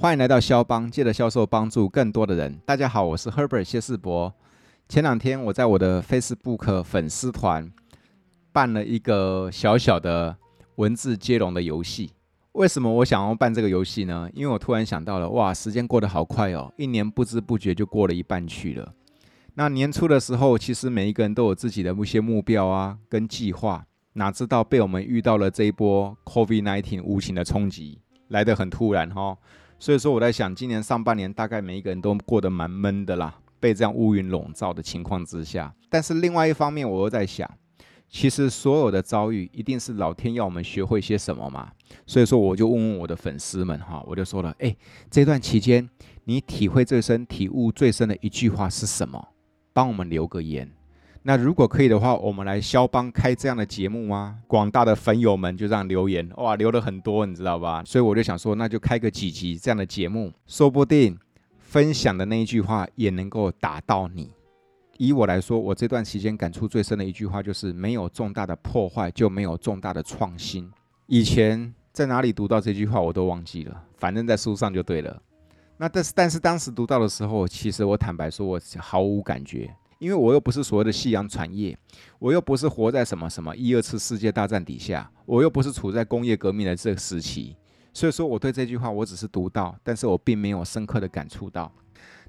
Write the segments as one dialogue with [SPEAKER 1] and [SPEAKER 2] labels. [SPEAKER 1] 欢迎来到肖邦，借着销售帮助更多的人。大家好，我是 Herbert 谢世博。前两天我在我的 Facebook 粉丝团办了一个小小的文字接龙的游戏。为什么我想要办这个游戏呢？因为我突然想到了，哇，时间过得好快哦，一年不知不觉就过了一半去了。那年初的时候，其实每一个人都有自己的一些目标啊，跟计划。哪知道被我们遇到了这一波 COVID-19 无情的冲击，来得很突然哈、哦。所以说我在想，今年上半年大概每一个人都过得蛮闷的啦，被这样乌云笼罩的情况之下。但是另外一方面，我又在想，其实所有的遭遇一定是老天要我们学会些什么嘛。所以说，我就问问我的粉丝们哈，我就说了，哎，这段期间你体会最深、体悟最深的一句话是什么？帮我们留个言。那如果可以的话，我们来肖邦开这样的节目啊，广大的粉友们就这样留言，哇，留了很多，你知道吧？所以我就想说，那就开个几集这样的节目，说不定分享的那一句话也能够打到你。以我来说，我这段期间感触最深的一句话就是：没有重大的破坏，就没有重大的创新。以前在哪里读到这句话，我都忘记了，反正在书上就对了。那但是但是当时读到的时候，其实我坦白说，我毫无感觉。因为我又不是所谓的夕阳产业，我又不是活在什么什么一二次世界大战底下，我又不是处在工业革命的这个时期，所以说我对这句话我只是读到，但是我并没有深刻的感触到。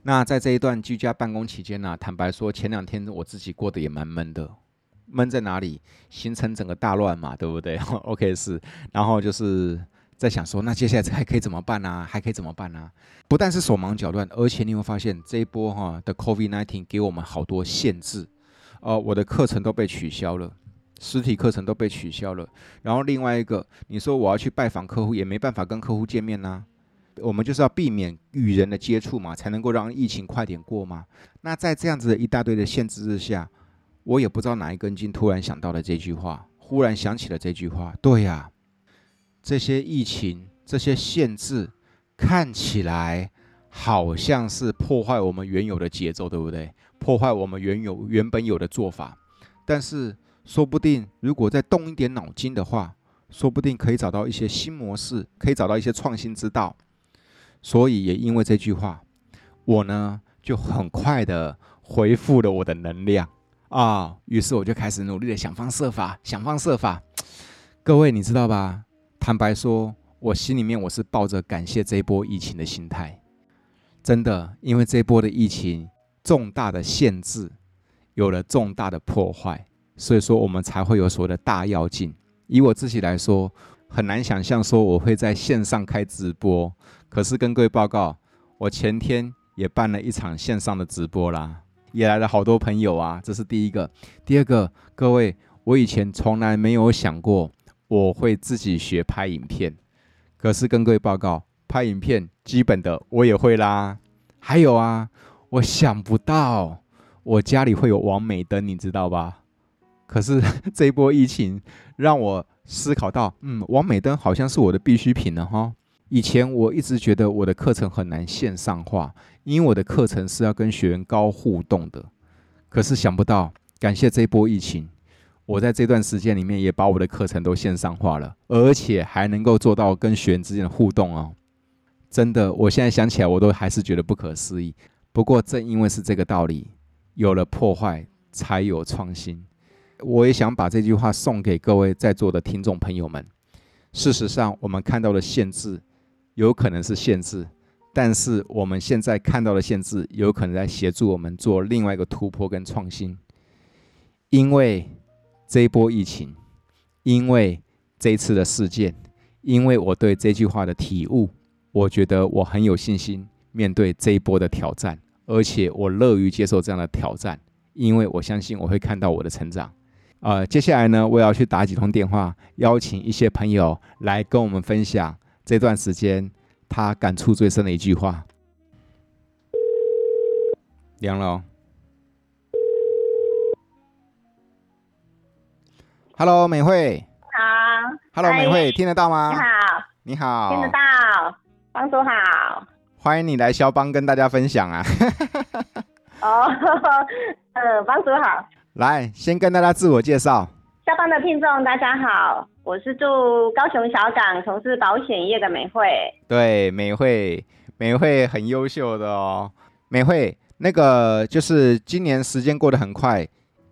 [SPEAKER 1] 那在这一段居家办公期间呢、啊，坦白说前两天我自己过得也蛮闷的，闷在哪里？形成整个大乱嘛，对不 对？OK 是，然后就是在想说，那接下来还可以怎么办呢、啊？还可以怎么办呢、啊？不但是手忙脚乱，而且你会发现这一波哈、啊、的 COVID-19 给我们好多限制，呃，我的课程都被取消了，实体课程都被取消了。然后另外一个，你说我要去拜访客户，也没办法跟客户见面呐、啊。我们就是要避免与人的接触嘛，才能够让疫情快点过嘛。那在这样子一大堆的限制之下，我也不知道哪一根筋突然想到了这句话，忽然想起了这句话。对呀、啊，这些疫情，这些限制。看起来好像是破坏我们原有的节奏，对不对？破坏我们原有原本有的做法，但是说不定如果再动一点脑筋的话，说不定可以找到一些新模式，可以找到一些创新之道。所以也因为这句话，我呢就很快的回复了我的能量啊，于是我就开始努力的想方设法，想方设法。各位你知道吧？坦白说。我心里面我是抱着感谢这一波疫情的心态，真的，因为这一波的疫情重大的限制，有了重大的破坏，所以说我们才会有所谓的大跃进。以我自己来说，很难想象说我会在线上开直播，可是跟各位报告，我前天也办了一场线上的直播啦，也来了好多朋友啊，这是第一个。第二个，各位，我以前从来没有想过我会自己学拍影片。可是跟各位报告，拍影片基本的我也会啦。还有啊，我想不到我家里会有王美灯，你知道吧？可是 这一波疫情让我思考到，嗯，王美灯好像是我的必需品了哈。以前我一直觉得我的课程很难线上化，因为我的课程是要跟学员高互动的。可是想不到，感谢这一波疫情。我在这段时间里面也把我的课程都线上化了，而且还能够做到跟学员之间的互动哦。真的，我现在想起来我都还是觉得不可思议。不过正因为是这个道理，有了破坏才有创新。我也想把这句话送给各位在座的听众朋友们。事实上，我们看到的限制有可能是限制，但是我们现在看到的限制有可能在协助我们做另外一个突破跟创新，因为。这一波疫情，因为这一次的事件，因为我对这句话的体悟，我觉得我很有信心面对这一波的挑战，而且我乐于接受这样的挑战，因为我相信我会看到我的成长。呃，接下来呢，我也要去打几通电话，邀请一些朋友来跟我们分享这段时间他感触最深的一句话。梁老。Hello，美惠。
[SPEAKER 2] 好。
[SPEAKER 1] Hello，美惠，听得到吗？
[SPEAKER 2] 你好。
[SPEAKER 1] 你好。
[SPEAKER 2] 听得到，帮主好。
[SPEAKER 1] 欢迎你来肖邦跟大家分享啊。
[SPEAKER 2] 哦，呃，帮主好。
[SPEAKER 1] 来，先跟大家自我介绍。
[SPEAKER 2] 下班的听众大家好，我是住高雄小港，从事保险业的美惠。
[SPEAKER 1] 对，美惠，美惠很优秀的哦。美惠，那个就是今年时间过得很快，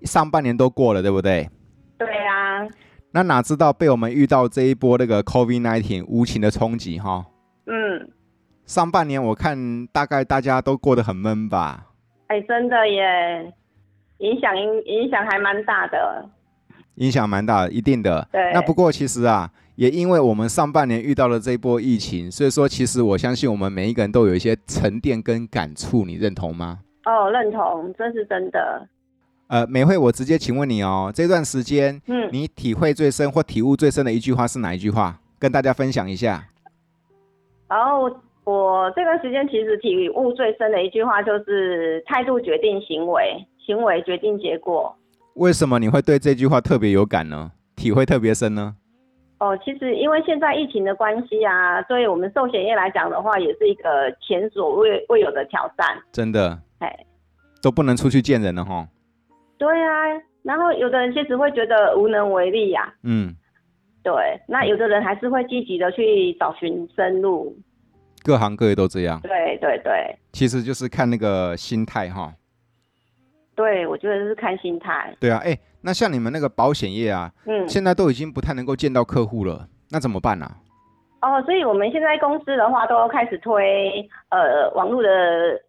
[SPEAKER 1] 上半年都过了，对不对？
[SPEAKER 2] 对啊，
[SPEAKER 1] 那哪知道被我们遇到这一波那个 COVID-19 无情的冲击哈。
[SPEAKER 2] 嗯，
[SPEAKER 1] 上半年我看大概大家都过得很闷吧。
[SPEAKER 2] 哎、真的耶，影响影影响还蛮大的。
[SPEAKER 1] 影响蛮大的，一定的。
[SPEAKER 2] 对
[SPEAKER 1] 那不过其实啊，也因为我们上半年遇到了这一波疫情，所以说其实我相信我们每一个人都有一些沉淀跟感触，你认同吗？
[SPEAKER 2] 哦，认同，这是真的。
[SPEAKER 1] 呃，美惠，我直接请问你哦，这段时间
[SPEAKER 2] 嗯，
[SPEAKER 1] 你体会最深或体悟最深的一句话是哪一句话？跟大家分享一下。
[SPEAKER 2] 然后我这段时间其实体悟最深的一句话就是态度决定行为，行为决定结果。
[SPEAKER 1] 为什么你会对这句话特别有感呢？体会特别深呢？
[SPEAKER 2] 哦，其实因为现在疫情的关系啊，对于我们寿险业来讲的话，也是一个前所未未有的挑战。
[SPEAKER 1] 真的
[SPEAKER 2] 哎，
[SPEAKER 1] 都不能出去见人了哈。
[SPEAKER 2] 对啊，然后有的人其实会觉得无能为力呀、
[SPEAKER 1] 嗯，
[SPEAKER 2] 对，那有的人还是会积极的去找寻生路。
[SPEAKER 1] 各行各业都这样，
[SPEAKER 2] 对对对
[SPEAKER 1] 其实就是看那个心态哈。
[SPEAKER 2] 对，我觉得是看心态。
[SPEAKER 1] 对啊，哎，那像你们那个保险业啊，
[SPEAKER 2] 嗯，
[SPEAKER 1] 现在都已经不太能够见到客户了，那怎么办呢、啊？
[SPEAKER 2] 哦，所以我们现在公司的话都开始推呃网络的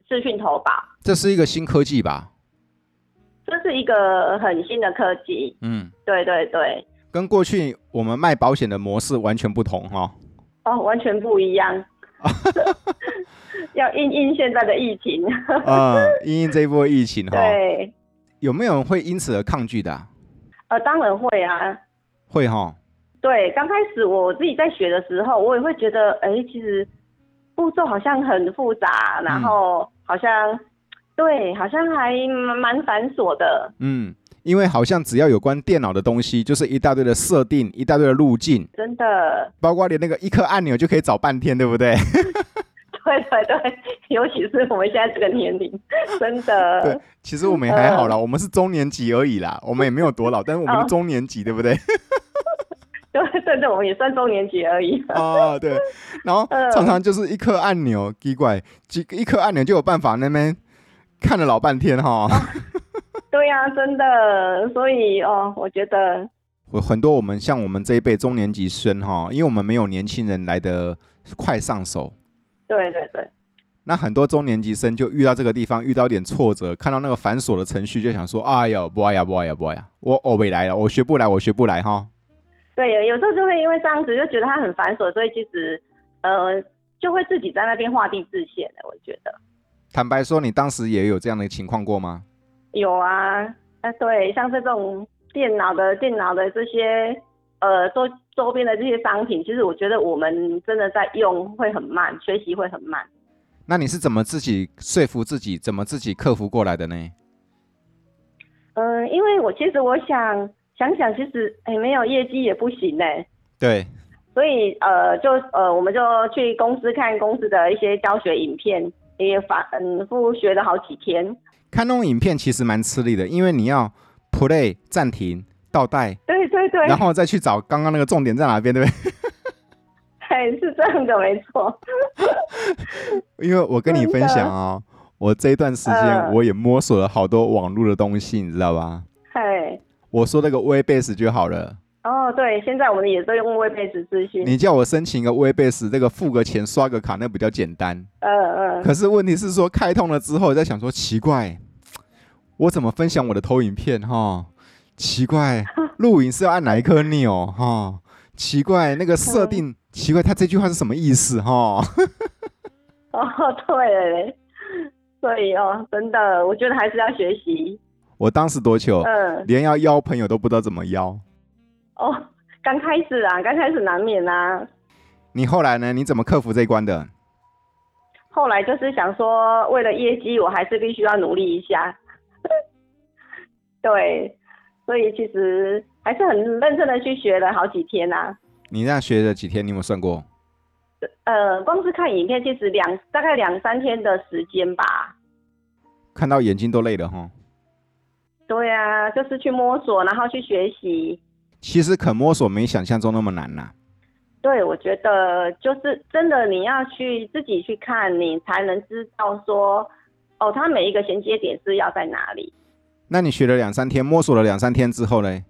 [SPEAKER 2] 视讯投保，
[SPEAKER 1] 这是一个新科技吧？
[SPEAKER 2] 这是一个很新的科技。
[SPEAKER 1] 嗯，
[SPEAKER 2] 对对对，
[SPEAKER 1] 跟过去我们卖保险的模式完全不同哈、
[SPEAKER 2] 哦，完全不一样。要应应现在的疫情，
[SPEAKER 1] 哦。嗯，因应这一波疫情哈、
[SPEAKER 2] 对，
[SPEAKER 1] 有没有人会因此而抗拒的啊、
[SPEAKER 2] 呃，当然会啊。
[SPEAKER 1] 会哈、
[SPEAKER 2] 对，刚开始我自己在学的时候，我也会觉得，哎，其实步骤好像很复杂，然后好像、对，好像还蛮蛮繁琐的。
[SPEAKER 1] 嗯，因为好像只要有关电脑的东西，就是一大堆的设定，一大堆的路径，
[SPEAKER 2] 真的，
[SPEAKER 1] 包括连那个一颗按钮就可以找半天，对不对？
[SPEAKER 2] 对对对， 尤其是我们现在这个年龄， 真
[SPEAKER 1] 对
[SPEAKER 2] 的，
[SPEAKER 1] 其实我们也还好啦，我们是中年级而已啦，我们也没有多老，但是我们是
[SPEAKER 2] 嗯哦
[SPEAKER 1] 中年级，对不对？
[SPEAKER 2] 对，真的，我们也算中年级而已。
[SPEAKER 1] 哦，对，然后
[SPEAKER 2] 嗯
[SPEAKER 1] 常常就是一颗按钮，奇怪，几一颗按钮就有办法那边看了老半天哈。
[SPEAKER 2] 对呀、真的，所以哦，我觉得
[SPEAKER 1] 我很多我们像我们这一辈中年级生哈，因为我们没有年轻人来的快上手，
[SPEAKER 2] 对对对。
[SPEAKER 1] 那很多中年级生就遇到这个地方遇到一点挫折，看到那个繁琐的程序就想说，哎呦，不爱呀，不爱呀，不爱呀，我我未来了，我学不来，我学不来哈。
[SPEAKER 2] 对，有有时候就会因为这样子就觉得它很繁琐，所以其实呃就会自己在那边画地自限的。我觉得
[SPEAKER 1] 坦白说，你当时也有这样的情况过吗？
[SPEAKER 2] 有啊，啊对，像这种电脑的电脑的这些呃周周边的这些商品，其实我觉得我们真的在用会很慢，学习会很慢。
[SPEAKER 1] 那你是怎么自己说服自己，怎么自己克服过来的呢？
[SPEAKER 2] 嗯、因为我其实我想想想，其实哎没有业绩也不行呢、
[SPEAKER 1] 对，
[SPEAKER 2] 所以呃，就呃，我们就去公司看公司的一些教学影片，也反嗯复学了好几天，
[SPEAKER 1] 看那种影片其实蛮吃力的，因为你要 play 暂停倒带，
[SPEAKER 2] 对对对，
[SPEAKER 1] 然后再去找刚刚那个重点在哪边，对不
[SPEAKER 2] 哎，是这样的，没错。
[SPEAKER 1] 对？因为我跟你分享哦，我这一段时间
[SPEAKER 2] 嗯
[SPEAKER 1] 我也摸索了好多网络的东西，你知道吧？
[SPEAKER 2] 哎，
[SPEAKER 1] 我说那个 Webbase 就好了，
[SPEAKER 2] 哦，对，现在我们也在用位配置资讯。
[SPEAKER 1] 你叫我申请一个 Webbase，这个付个钱刷个卡那比较简单。
[SPEAKER 2] 嗯嗯，
[SPEAKER 1] 可是问题是说开通了之后，我在想说奇怪，我怎么分享我的投影片哈？奇怪，录影是要按哪一颗钮哈？奇怪，那个设定、奇怪，他这句话是什么意思哈？
[SPEAKER 2] 哦，对，所以哦，真的，我觉得还是要学习。
[SPEAKER 1] 我当时多久，
[SPEAKER 2] 嗯，
[SPEAKER 1] 连要邀朋友都不知道怎么邀。
[SPEAKER 2] 哦，刚开始啊，刚开始难免啊。
[SPEAKER 1] 你后来呢？你怎么克服这一关的？
[SPEAKER 2] 后来就是想说，为了业绩，我还是必须要努力一下。 对，所以其实还是很认真的去学了好几天啊。
[SPEAKER 1] 你那学了几天？你有没有算过？
[SPEAKER 2] 呃，光是看影片，其实两大概两三天的时间吧。
[SPEAKER 1] 看到眼睛都累了哈。
[SPEAKER 2] 对啊，就是去摸索，然后去学习，
[SPEAKER 1] 其实可摸索没想象中那么难呐、
[SPEAKER 2] 对，我觉得就是真的，你要去自己去看，你才能知道说，哦，它每一个衔接点是要在哪里。
[SPEAKER 1] 那你学了两三天，摸索了两三天之后呢？。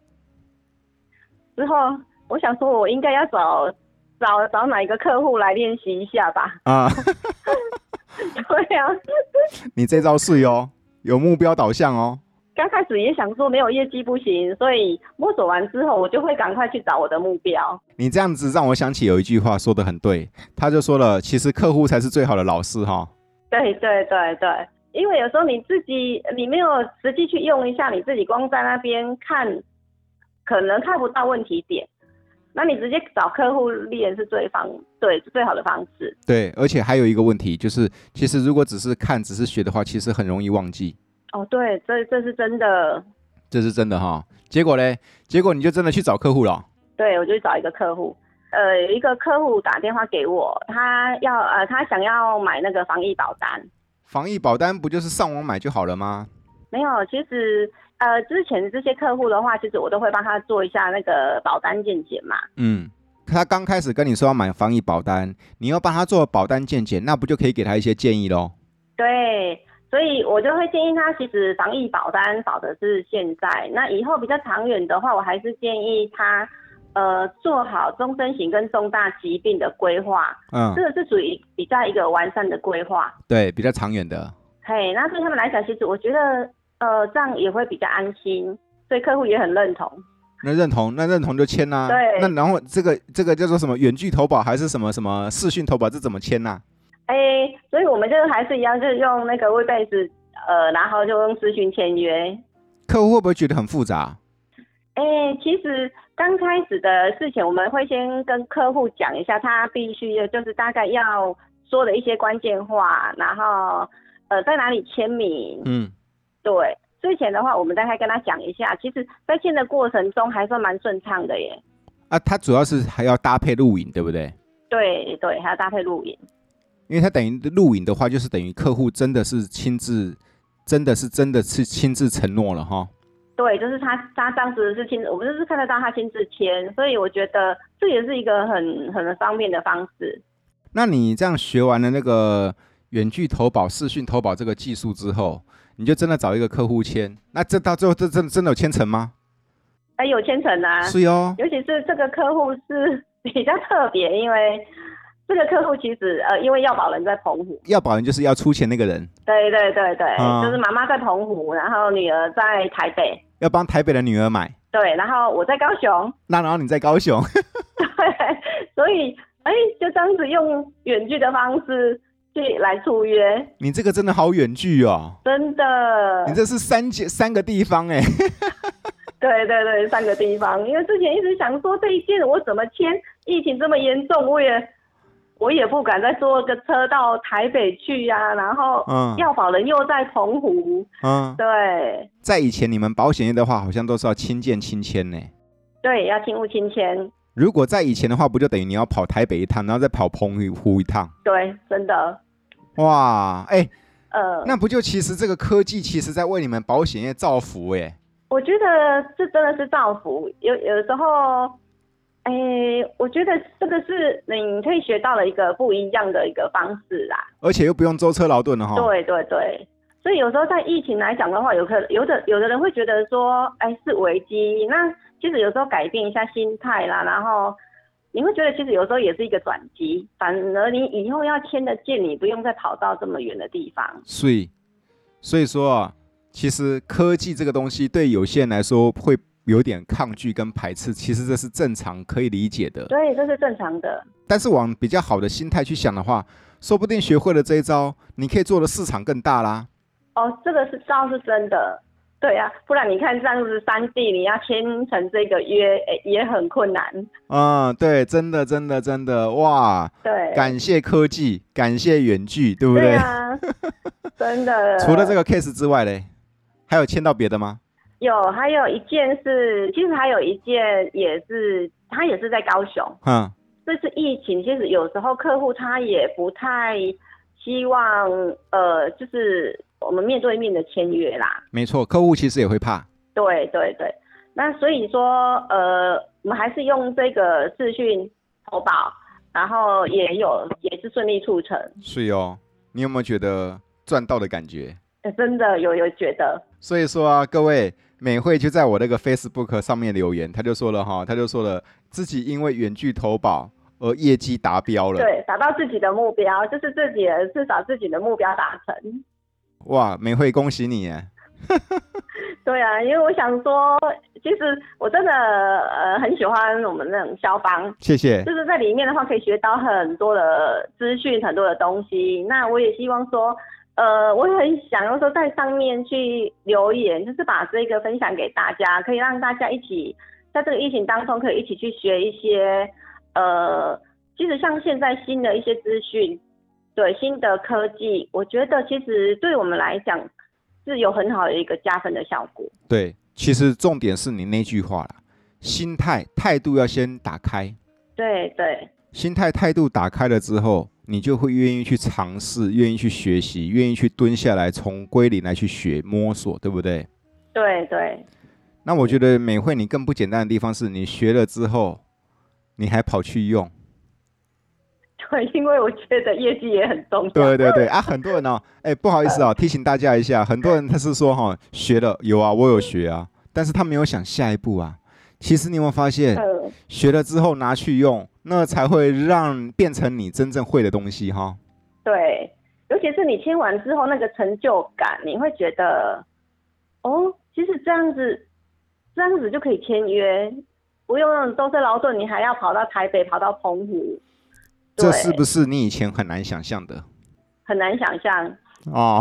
[SPEAKER 2] 之后，我想说，我应该要找找找哪一个客户来练习一下吧
[SPEAKER 1] 啊，
[SPEAKER 2] 对啊，
[SPEAKER 1] 你这招是哦，有目标导向哦。
[SPEAKER 2] 刚开始也想说没有业绩不行，所以摸索完之后，我就会赶快去找我的目标。
[SPEAKER 1] 你这样子让我想起有一句话说的很对，他就说了，其实客户才是最好的老师哈、
[SPEAKER 2] 对对对对，因为有时候你自己你没有实际去用一下，你自己光在那边看，可能看不到问题点。那你直接找客户练是最方对最好的方式。
[SPEAKER 1] 对，而且还有一个问题就是，其实如果只是看、只是学的话，其实很容易忘记，
[SPEAKER 2] 哦，对，这这是真的。
[SPEAKER 1] 这是真的哈、结果嘞，结果你就真的去找客户了哦、
[SPEAKER 2] 对，我就去找一个客户，呃，有一个客户打电话给我，他要呃他想要买那个防疫保单，
[SPEAKER 1] 防疫保单不就是上网买就好了吗？
[SPEAKER 2] 没有，其实呃，之前这些客户的话，其实我都会帮他做一下那个保单健检嘛。
[SPEAKER 1] 嗯，他刚开始跟你说要买防疫保单，你要帮他做保单健检，那不就可以给他一些建议喽？
[SPEAKER 2] 对，所以我就会建议他，其实防疫保单保的是现在，那以后比较长远的话，我还是建议他呃做好终身型跟重大疾病的规划，
[SPEAKER 1] 嗯
[SPEAKER 2] 这，个是属于比较一个完善的规划。
[SPEAKER 1] 对，比较长远的。
[SPEAKER 2] 嘿，那对他们来讲，其实我觉得呃这样也会比较安心，所以客户也很认同。
[SPEAKER 1] 那认同，那认同就签啦、
[SPEAKER 2] 对
[SPEAKER 1] 那然后这个这个叫做什么远距投保还是什么什么视讯投保，这怎么签呐、
[SPEAKER 2] 哎、所以我们就还是一样，就是用那个 w e b a s 呃，然后就用咨询签约。
[SPEAKER 1] 客户会不会觉得很复杂？
[SPEAKER 2] 哎、其实刚开始的事情，我们会先跟客户讲一下，他必须就是大概要说的一些关键话，然后呃在哪里签名，
[SPEAKER 1] 嗯，
[SPEAKER 2] 对。之前的话，我们大概跟他讲一下，其实在签的过程中还算蛮顺畅的耶。
[SPEAKER 1] 啊，他主要是还要搭配录影，对不对？
[SPEAKER 2] 对对，还要搭配录影。
[SPEAKER 1] 因为他等于录影的话，就是等于客户真的是亲自，真的是真的是亲自承诺了哈。
[SPEAKER 2] 对，就是他他当时是亲，我们就是看得到他亲自签，所以我觉得这也是一个很很方便的方式。
[SPEAKER 1] 那你这样学完了那个远距投保、视讯投保这个技术之后，你就真的找一个客户签，那这到最后这真真的有签成吗？
[SPEAKER 2] 哎，有千层啊，
[SPEAKER 1] 是哦，
[SPEAKER 2] 尤其是这个客户是 比较特别，因为这个客户其实呃，因为要保人在澎湖，
[SPEAKER 1] 要保人就是要出钱那个人，
[SPEAKER 2] 对对对对，
[SPEAKER 1] 啊
[SPEAKER 2] 就是妈妈在澎湖，然后女儿在台北，
[SPEAKER 1] 要帮台北的女儿买，
[SPEAKER 2] 对，然后我在高雄，
[SPEAKER 1] 那然后你在高雄，
[SPEAKER 2] 对，所以哎，就这样子用远距的方式去来赴约，
[SPEAKER 1] 你这个真的好远距哦，
[SPEAKER 2] 真的。
[SPEAKER 1] 你这是三节三个地方哎，
[SPEAKER 2] 对对对，三个地方，因为之前一直想说这一件我怎么签，疫情这么严重，我也我也不敢再坐个车到台北去呀、然后
[SPEAKER 1] 嗯
[SPEAKER 2] 要保人又在澎湖，
[SPEAKER 1] 嗯，
[SPEAKER 2] 对
[SPEAKER 1] 在以前你们保险业的话，好像都是要亲见亲签呢。
[SPEAKER 2] 对，要亲勿亲签，
[SPEAKER 1] 如果在以前的话，不就等于你要跑台北一趟，然后再跑澎湖一趟？
[SPEAKER 2] 对，真的，
[SPEAKER 1] 哇，哎、
[SPEAKER 2] 呃，
[SPEAKER 1] 那不就其实这个科技其实在为你们保险业造福哎、
[SPEAKER 2] 我觉得这真的是造福，有有时候，哎，我觉得这个是你可以学到了一个不一样的一个方式啊啦。
[SPEAKER 1] 而且又不用舟车劳顿了哈。，
[SPEAKER 2] 对对对，所以有时候在疫情来讲的话，有可有的有的人会觉得说，哎，是危机。那其实有时候改变一下心态啦，然后你会觉得其实有时候也是一个转机，反而你以后要签的件，你不用再跑到这么远的地方。
[SPEAKER 1] 所以所以说啊，其实科技这个东西对有些人来说会有点抗拒跟排斥，其实这是正常可以理解的。
[SPEAKER 2] 对，这是正常的。
[SPEAKER 1] 但是往比较好的心态去想的话，说不定学会了这一招，你可以做的市场更大啦。
[SPEAKER 2] 哦，这个是倒是真的。对啊，不然你看这样子三地，你要签成这个约，哎也很困难。
[SPEAKER 1] 嗯，对，真的，真的，真的，哇！
[SPEAKER 2] 对，
[SPEAKER 1] 感谢科技，感谢远距，对不
[SPEAKER 2] 对
[SPEAKER 1] 对？
[SPEAKER 2] 啊，真的。
[SPEAKER 1] 除了这个 case 之外嘞，还有签到别的吗？
[SPEAKER 2] 有，还有一件是，其实还有一件也是，他也是在高雄。
[SPEAKER 1] 哼，
[SPEAKER 2] 这次疫情，其实有时候客户他也不太希望，呃，就是我们面对面的签约啦。
[SPEAKER 1] 没错，客户其实也会怕。
[SPEAKER 2] 对对对，那所以说，呃，我们还是用这个视讯投保，然后也有也是顺利促成，
[SPEAKER 1] 是哦，你有没有觉得赚到的感觉？
[SPEAKER 2] 呃真的有有觉得，
[SPEAKER 1] 所以说啊，各位，美惠就在我那个 Facebook 上面留言，她就说了哈，她就说了自己因为远距投保而业绩达标了。
[SPEAKER 2] 对，达到自己的目标，就是自己的至少自己的目标达成。
[SPEAKER 1] 哇，美惠恭喜你耶！
[SPEAKER 2] 对啊，因为我想说，其实我真的呃很喜欢我们那种消防，
[SPEAKER 1] 谢谢
[SPEAKER 2] 就。是在里面的话可以学到很多的资讯，很多的东西。那我也希望说，呃，我也很想要说在上面去留言，就是把这个分享给大家，可以让大家一起在这个疫情当中可以一起去学一些呃，其实像现在新的一些资讯，对新的科技，我觉得其实对我们来讲是有很好的一个加分的效果。
[SPEAKER 1] 对，其实重点是你那句话啦，心态态度要先打开，
[SPEAKER 2] 对对
[SPEAKER 1] 心态态度打开了之后，你就会愿意去尝试，愿意去学习，愿意去蹲下来，从归零来去学摸索，对不对？
[SPEAKER 2] 对对，
[SPEAKER 1] 那我觉得美惠你更不简单的地方是你学了之后，你还跑去用。
[SPEAKER 2] 对，因为我觉得业绩也很重要。
[SPEAKER 1] 对对对啊，很多人哦，哎，不好意思啊、提醒大家一下，很多人他是说哈、学了有啊，我有学啊，但是他没有想下一步啊。其实你有没有发现，
[SPEAKER 2] 嗯
[SPEAKER 1] 学了之后拿去用，那才会让变成你真正会的东西哈、
[SPEAKER 2] 对，尤其是你签完之后那个成就感，你会觉得，哦，其实这样子，这样子就可以签约，不用那种舟车劳顿，你还要跑到台北，跑到澎湖，对
[SPEAKER 1] 这是不是你以前很难想象的
[SPEAKER 2] 很难想象。
[SPEAKER 1] 哦？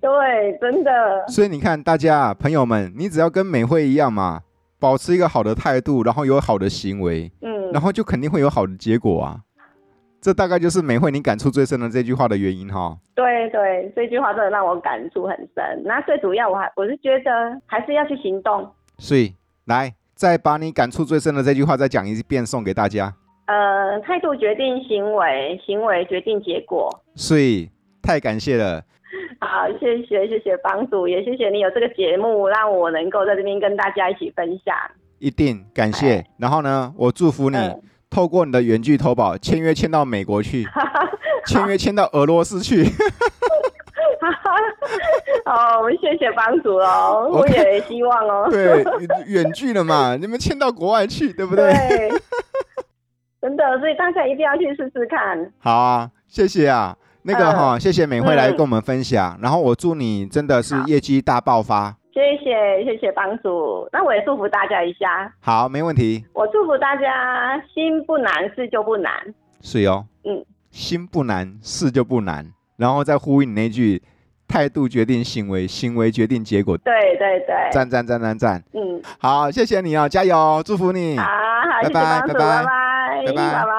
[SPEAKER 2] 对，真的，
[SPEAKER 1] 所以你看，大家啊朋友们，你只要跟美惠一样嘛，保持一个好的态度，然后有好的行为，
[SPEAKER 2] 嗯，
[SPEAKER 1] 然后就肯定会有好的结果啊。这大概就是美惠你感触最深的这句话的原因哈。
[SPEAKER 2] 对对，这句话真的让我感触很深。那最主要，我还我是觉得还是要去行动。
[SPEAKER 1] 所以来，再把你感触最深的这句话再讲一遍，送给大家。
[SPEAKER 2] 呃，态度决定行为，行为决定结果。
[SPEAKER 1] 所以太感谢了，
[SPEAKER 2] 好，谢谢谢谢帮主，也谢谢你有这个节目，让我能够在这边跟大家一起分享。
[SPEAKER 1] 一定感谢。然后呢，我祝福你
[SPEAKER 2] 哎嗯
[SPEAKER 1] 透过你的远距投保签约签到美国 去，签约签到俄罗斯去。
[SPEAKER 2] 哦，我们谢谢帮主哦，我也希望哦。
[SPEAKER 1] 对，远距了嘛，你们签到国外去，对不对？
[SPEAKER 2] 对，真的，所以大家一定要去试试看。
[SPEAKER 1] 好啊，谢谢啊，那个哈、谢谢美惠来
[SPEAKER 2] 嗯
[SPEAKER 1] 跟我们分享，然后我祝你真的是
[SPEAKER 2] 好
[SPEAKER 1] 业绩大爆发。
[SPEAKER 2] 谢谢谢谢帮主，那我也祝福大家一下，
[SPEAKER 1] 好，没问题，
[SPEAKER 2] 我祝福大家心不难，事就不难。
[SPEAKER 1] 是哦。
[SPEAKER 2] 嗯，
[SPEAKER 1] 心不难，事就不难。然后再呼应你那句，态度决定行为，行为决定结果。
[SPEAKER 2] 对对对，
[SPEAKER 1] 赞赞赞赞赞！
[SPEAKER 2] 嗯，
[SPEAKER 1] 好，谢谢你哦，加油哦，祝福你。
[SPEAKER 2] 好，好，谢谢
[SPEAKER 1] 拜拜
[SPEAKER 2] 帮
[SPEAKER 1] 拜
[SPEAKER 2] 主，
[SPEAKER 1] 拜拜
[SPEAKER 2] 拜
[SPEAKER 1] 拜
[SPEAKER 2] 拜拜。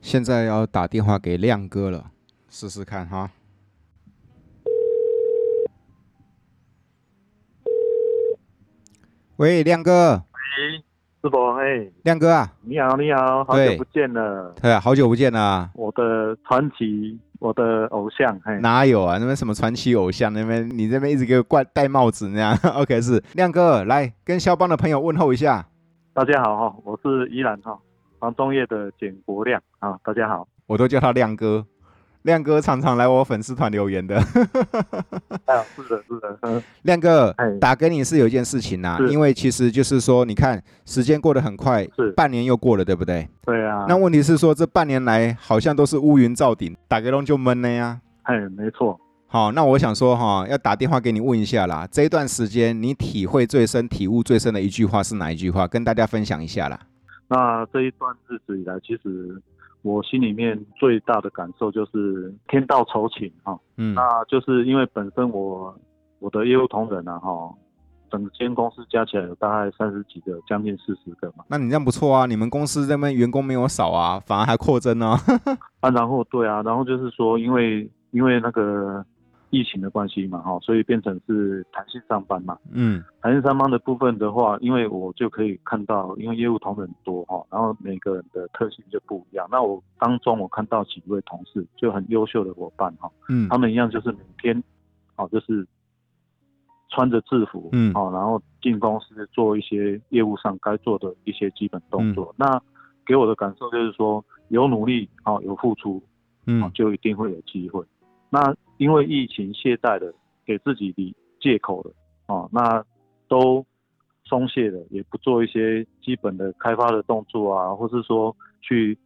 [SPEAKER 1] 现在要打电话给亮哥了，试试看哈。喂，亮哥，
[SPEAKER 3] 喂，师伯，哎，
[SPEAKER 1] 亮哥啊，
[SPEAKER 3] 你好，你好，好
[SPEAKER 1] 对
[SPEAKER 3] 久不见了，
[SPEAKER 1] 对啊，好久不见啦、
[SPEAKER 3] 我的传奇，我的偶像，哎，
[SPEAKER 1] 哪有啊？那边什么传奇偶像，那边你这边一直给我挂戴帽子那样。OK，是 亮哥来跟肖邦的朋友问候一下。
[SPEAKER 3] 大家好哈，我是依然哈，黄忠业的简国亮啊，大家好，
[SPEAKER 1] 我都叫他亮哥。亮哥常常来我粉丝团留言的。
[SPEAKER 3] 哎呀，是的，是的，嗯，
[SPEAKER 1] 亮哥
[SPEAKER 3] 哎，
[SPEAKER 1] 打给你是有一件事情呐、
[SPEAKER 3] 是
[SPEAKER 1] 因为其实就是说，你看时间过得很快
[SPEAKER 3] 是，
[SPEAKER 1] 半年又过了，对不对？
[SPEAKER 3] 对啊，
[SPEAKER 1] 那问题是说，这半年来好像都是乌云罩顶，打给龙就闷了呀。
[SPEAKER 3] 哎，没错，
[SPEAKER 1] 好，那我想说哈、要打电话给你问一下啦，这一段时间你体会最深、体悟最深的一句话是哪一句话？跟大家分享一下啦。
[SPEAKER 3] 那这一段日子以来，其实我心里面最大的感受就是天道酬勤哈，
[SPEAKER 1] 嗯，
[SPEAKER 3] 那就是因为本身我我的业务同仁啊哈，整间公司加起来有大概三十几个，将近四十个嘛。
[SPEAKER 1] 那你这样不错啊，你们公司这边员工没有少啊，反而还扩增 呢、
[SPEAKER 3] 啊，然后对啊，然后就是说，因为因为那个疫情的关系嘛，哈，所以变成是弹性上班嘛。
[SPEAKER 1] 嗯，
[SPEAKER 3] 弹性上班的部分的话，因为我就可以看到，因为业务同仁多哈，然后每个人的特性就不一样。那我当中我看到几位同事就很优秀的伙伴哈，
[SPEAKER 1] 嗯
[SPEAKER 3] 他们一样就是每天，哦，就是穿着制服，
[SPEAKER 1] 嗯
[SPEAKER 3] 哦，然后进公司做一些业务上该做的一些基本动作。
[SPEAKER 1] 嗯
[SPEAKER 3] 那给我的感受就是说，有努力，哦，有付出，哦
[SPEAKER 1] 嗯，
[SPEAKER 3] 就一定会有机会。那因为疫情懈怠了，给自己理借口了，哦，那都松懈了，也不做一些基本的开发的动作啊，或是说去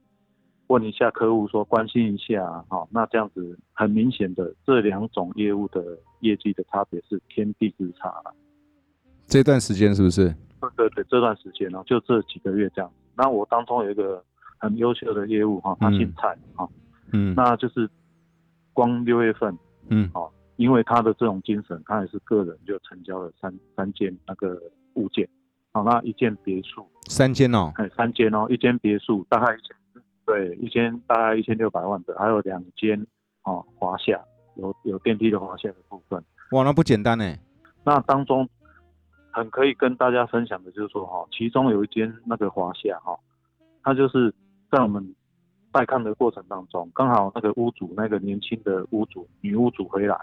[SPEAKER 3] 问一下客户，说关心一下啊，哦，那这样子很明显的这两种业务的业绩的差别是天地之差了。
[SPEAKER 1] 这段时间是不是？
[SPEAKER 3] 对对对，这段时间呢、就这几个月这样子。那我当中有一个很优秀的业务哈、他姓
[SPEAKER 1] 嗯
[SPEAKER 3] 蔡哈、
[SPEAKER 1] 嗯
[SPEAKER 3] 那就是光六月份
[SPEAKER 1] 嗯
[SPEAKER 3] 因为他的这种精神，他也是个人就成交了三三件那个物件，好、那一间别墅，
[SPEAKER 1] 三间哦，
[SPEAKER 3] 哎，三间哦，一间别墅大概一千，对，一间大概一千六百万的，还有两间哦华夏有有电梯的华夏的部分，
[SPEAKER 1] 哇，那不简单哎，
[SPEAKER 3] 那当中很可以跟大家分享的就是说哈、其中有一间那个华夏哈、它就是在我们带看的过程当中，刚好那个屋主那个年轻的屋主女屋主回来。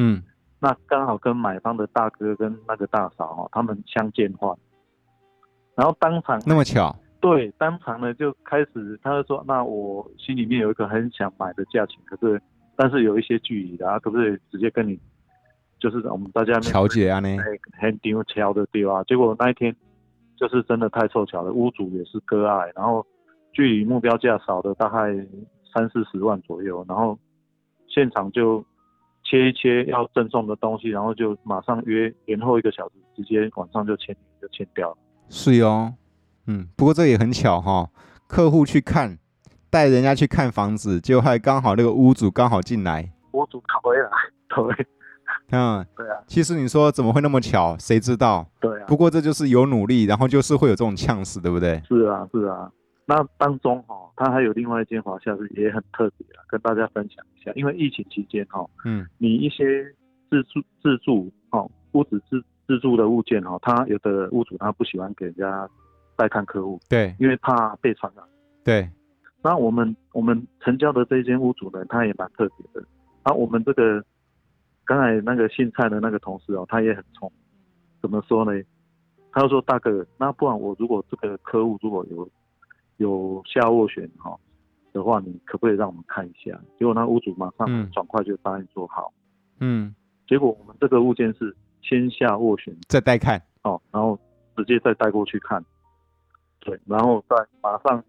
[SPEAKER 1] 嗯
[SPEAKER 3] 那刚好跟买方的大哥跟那个大嫂哦，他们相见话，然后当场
[SPEAKER 1] 那么巧，
[SPEAKER 3] 对当场呢就开始，他就说，那我心里面有一个很想买的价钱，可是但是有一些距离的啊，可不可以直接跟你，就是我们大家
[SPEAKER 1] 乔姐啊呢，
[SPEAKER 3] 很很丢巧的对啊，结果那一天就是真的太凑巧了，屋主也是割爱，然后距离目标价少了大概三四十万左右，然后现场就切一切要赠送的东西，然后就马上约延后一个小时，直接晚上就签就签掉了。
[SPEAKER 1] 是哦，嗯，不过这也很巧哈、客户去看，带人家去看房子，结果还刚好那个屋主刚好进来，
[SPEAKER 3] 屋主跑回来，对
[SPEAKER 1] 嗯，
[SPEAKER 3] 对啊，
[SPEAKER 1] 其实你说怎么会那么巧，谁知道？
[SPEAKER 3] 对啊，
[SPEAKER 1] 不过这就是有努力，然后就是会有这种呛死，对不对？
[SPEAKER 3] 是啊是啊。那当中哈、哦，他还有另外一间华夏是也很特别啊，跟大家分享一下，因为疫情期间哈、哦。
[SPEAKER 1] 嗯
[SPEAKER 3] 你一些自住自住哦，屋子自自住的物件哦，他有的屋主他不喜欢给人家带看客户，
[SPEAKER 1] 对
[SPEAKER 3] 因为怕被传染。
[SPEAKER 1] 对，
[SPEAKER 3] 那我们我们成交的这间屋主呢，他也蛮特别的。啊，我们这个刚才那个姓蔡的那个同事哦，他也很聪明。怎么说呢？他就说大哥，那不然我如果这个客户如果有有下斡旋哈、哦、的话，你可不可以让我们看一下？结果那屋主马
[SPEAKER 1] 嗯
[SPEAKER 3] 上爽快就答应说好。
[SPEAKER 1] 嗯，
[SPEAKER 3] 结果我们这个物件是先下斡旋
[SPEAKER 1] 再带看，
[SPEAKER 3] 哦，然后直接再带过去看，对，然后再马上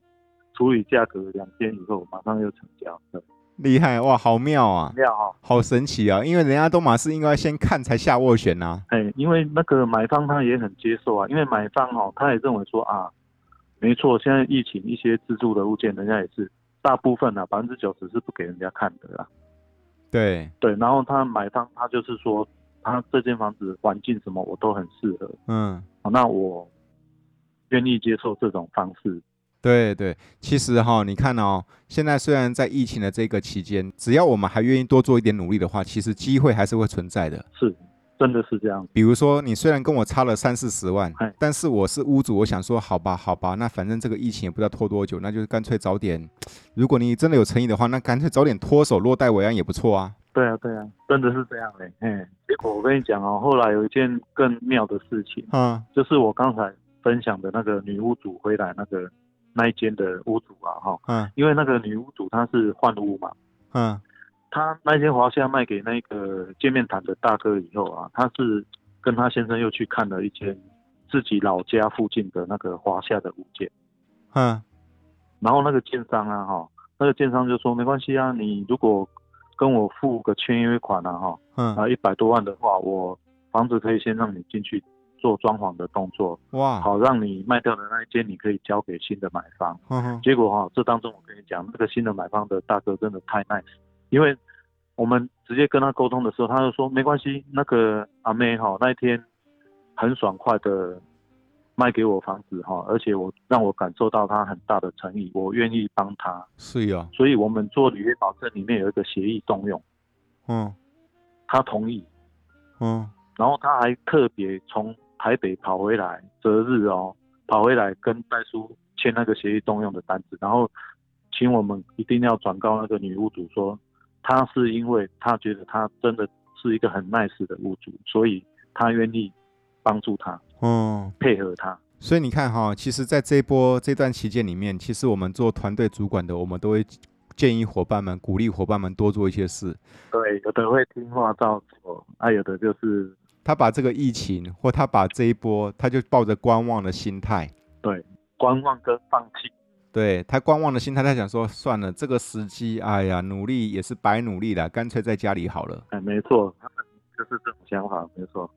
[SPEAKER 3] 处理价格，两天以后马上又成交，对，
[SPEAKER 1] 厉害哇，好妙啊，
[SPEAKER 3] 这样哦，
[SPEAKER 1] 好神奇啊！因为人家都马是应该先看才下斡旋啊呐、
[SPEAKER 3] 哎，因为那个买方他也很接受啊，因为买方哦，他也认为说啊，没错，现在疫情一些自住的物件，人家也是大部分啊，百分之九十是不给人家看的啦，
[SPEAKER 1] 对，
[SPEAKER 3] 对，然后他买方他就是说，他这间房子环境什么我都很适合，
[SPEAKER 1] 嗯，
[SPEAKER 3] 哦那我愿意接受这种方式。
[SPEAKER 1] 对对。其实哈、你看哦，现在虽然在疫情的这个期间，只要我们还愿意多做一点努力的话，其实机会还是会存在的。
[SPEAKER 3] 是，真的是这样。
[SPEAKER 1] 比如说，你虽然跟我差了三四十万
[SPEAKER 3] 嗨，
[SPEAKER 1] 但是我是屋主，我想说，好吧，好吧，那反正这个疫情也不知道拖多久，那就干脆早点。如果你真的有诚意的话，那干脆早点脱手落袋为安也不错啊。
[SPEAKER 3] 对啊，对啊，真的是这样嘞、嗯，结果我跟你讲哦，后来有一件更妙的事情，
[SPEAKER 1] 嗯
[SPEAKER 3] 就是我刚才分享的那个女屋主回来那个那一间的屋主啊，哈，
[SPEAKER 1] 嗯
[SPEAKER 3] 因为那个女屋主她是换屋嘛，
[SPEAKER 1] 嗯
[SPEAKER 3] 她那间华夏卖给那个见面谈的大哥以后啊，她是跟她先生又去看了一间自己老家附近的那个华夏的物件。
[SPEAKER 1] 嗯
[SPEAKER 3] 然后那个建商啊，哈，那个建商就说没关系啊，你如果跟我付个签约款啊，哈，
[SPEAKER 1] 嗯，
[SPEAKER 3] 啊一百多万的话，我房子可以先让你进去做装潢的动作，
[SPEAKER 1] 哇，
[SPEAKER 3] 好让你卖掉的那一间你可以交给新的买方。
[SPEAKER 1] 嗯哼
[SPEAKER 3] 结果哈、这当中我跟你讲，那个新的买方的大哥真的太 nice，因为我们直接跟他沟通的时候，他就说没关系，那个阿妹哈、那一天很爽快的卖给我房子哈、而且我让我感受到他很大的诚意，我愿意帮他，
[SPEAKER 1] 是哟，
[SPEAKER 3] 所以我们做履约保证里面有一个协议动用，
[SPEAKER 1] 嗯
[SPEAKER 3] 他同意，
[SPEAKER 1] 嗯，
[SPEAKER 3] 然后他还特别从台北跑回来，择日哦，跑回来跟戴叔签那个协议动用的单子，然后请我们一定要转告那个女屋主说，她是因为她觉得她真的是一个很 nice 的屋主，所以他愿意帮助他、
[SPEAKER 1] 哦，
[SPEAKER 3] 配合他。
[SPEAKER 1] 所以你看哈、其实在这一波这段期间里面，其实我们做团队主管的，我们都会建议伙伴们、鼓励伙伴们多做一些事。
[SPEAKER 3] 对，有的会听话照做，啊，有的就是
[SPEAKER 1] 他把这个疫情，或他把这一波，他就抱着观望的心态，
[SPEAKER 3] 观望跟放弃。
[SPEAKER 1] 对他观望的心态，他想说算了，这个时机，哎呀，努力也是白努力了，干脆在家里好了。
[SPEAKER 3] 哎，没错，他们就是这种想法，没错。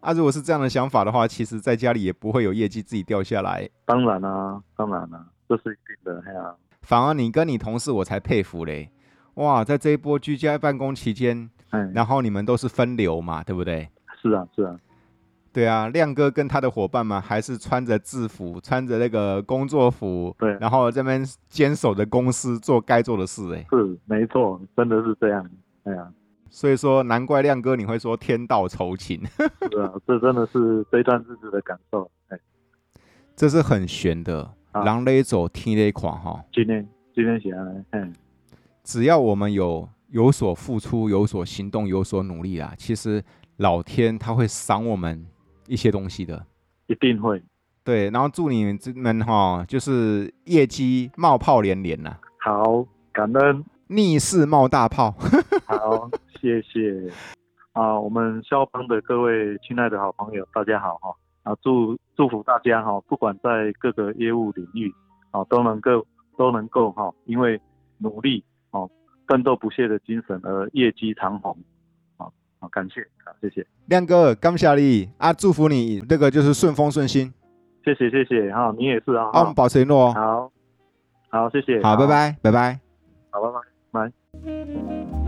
[SPEAKER 1] 啊，如果是这样的想法的话，其实在家里也不会有业绩自己掉下来，
[SPEAKER 3] 当然啦、当然啦、啊这是一定的，哎呀、
[SPEAKER 1] 反而你跟你同事，我才佩服嘞。哇，在这一波居家办公期间，
[SPEAKER 3] 哎，
[SPEAKER 1] 然后你们都是分流嘛，对不对？
[SPEAKER 3] 是啊，是啊，
[SPEAKER 1] 对啊，亮哥跟他的伙伴们还是穿着制服，穿着那个工作服，
[SPEAKER 3] 对
[SPEAKER 1] 然后这边坚守着公司做该做的事，哎，
[SPEAKER 3] 是没错，真的是这样。哎呀、
[SPEAKER 1] 所以说难怪亮哥你会说天道酬勤，
[SPEAKER 3] 是啊，这真的是这段日子的感受。哎，
[SPEAKER 1] 这是很悬的，
[SPEAKER 3] 啊
[SPEAKER 1] 狼勒走，天勒垮哈。
[SPEAKER 3] 今天今天写下来，哎，
[SPEAKER 1] 只要我们有有所付出、有所行动、有所努力啊，其实老天他会赏我们一些东西的。
[SPEAKER 3] 一定会。
[SPEAKER 1] 对，然后祝你们哈、就是业绩冒泡连连呐、
[SPEAKER 3] 好，感恩，
[SPEAKER 1] 逆势冒大泡。
[SPEAKER 3] 好，谢谢。啊，我们肖邦的各位亲爱的好朋友，大家好哈！啊，祝祝福大家哈，不管在各个业务领域，啊，都能够都能够哈，因为努力哦，奋斗不懈的精神而业绩长虹。好，好，感谢，啊，谢谢，
[SPEAKER 1] 亮哥，感谢你啊，祝福你这个就是顺风顺心
[SPEAKER 3] 谢谢，谢谢哈，你也是啊，
[SPEAKER 1] 啊，我们保持联络哦。
[SPEAKER 3] 好，好，谢谢，
[SPEAKER 1] 好，拜，拜，拜拜。
[SPEAKER 3] 好，拜拜。
[SPEAKER 4] Thank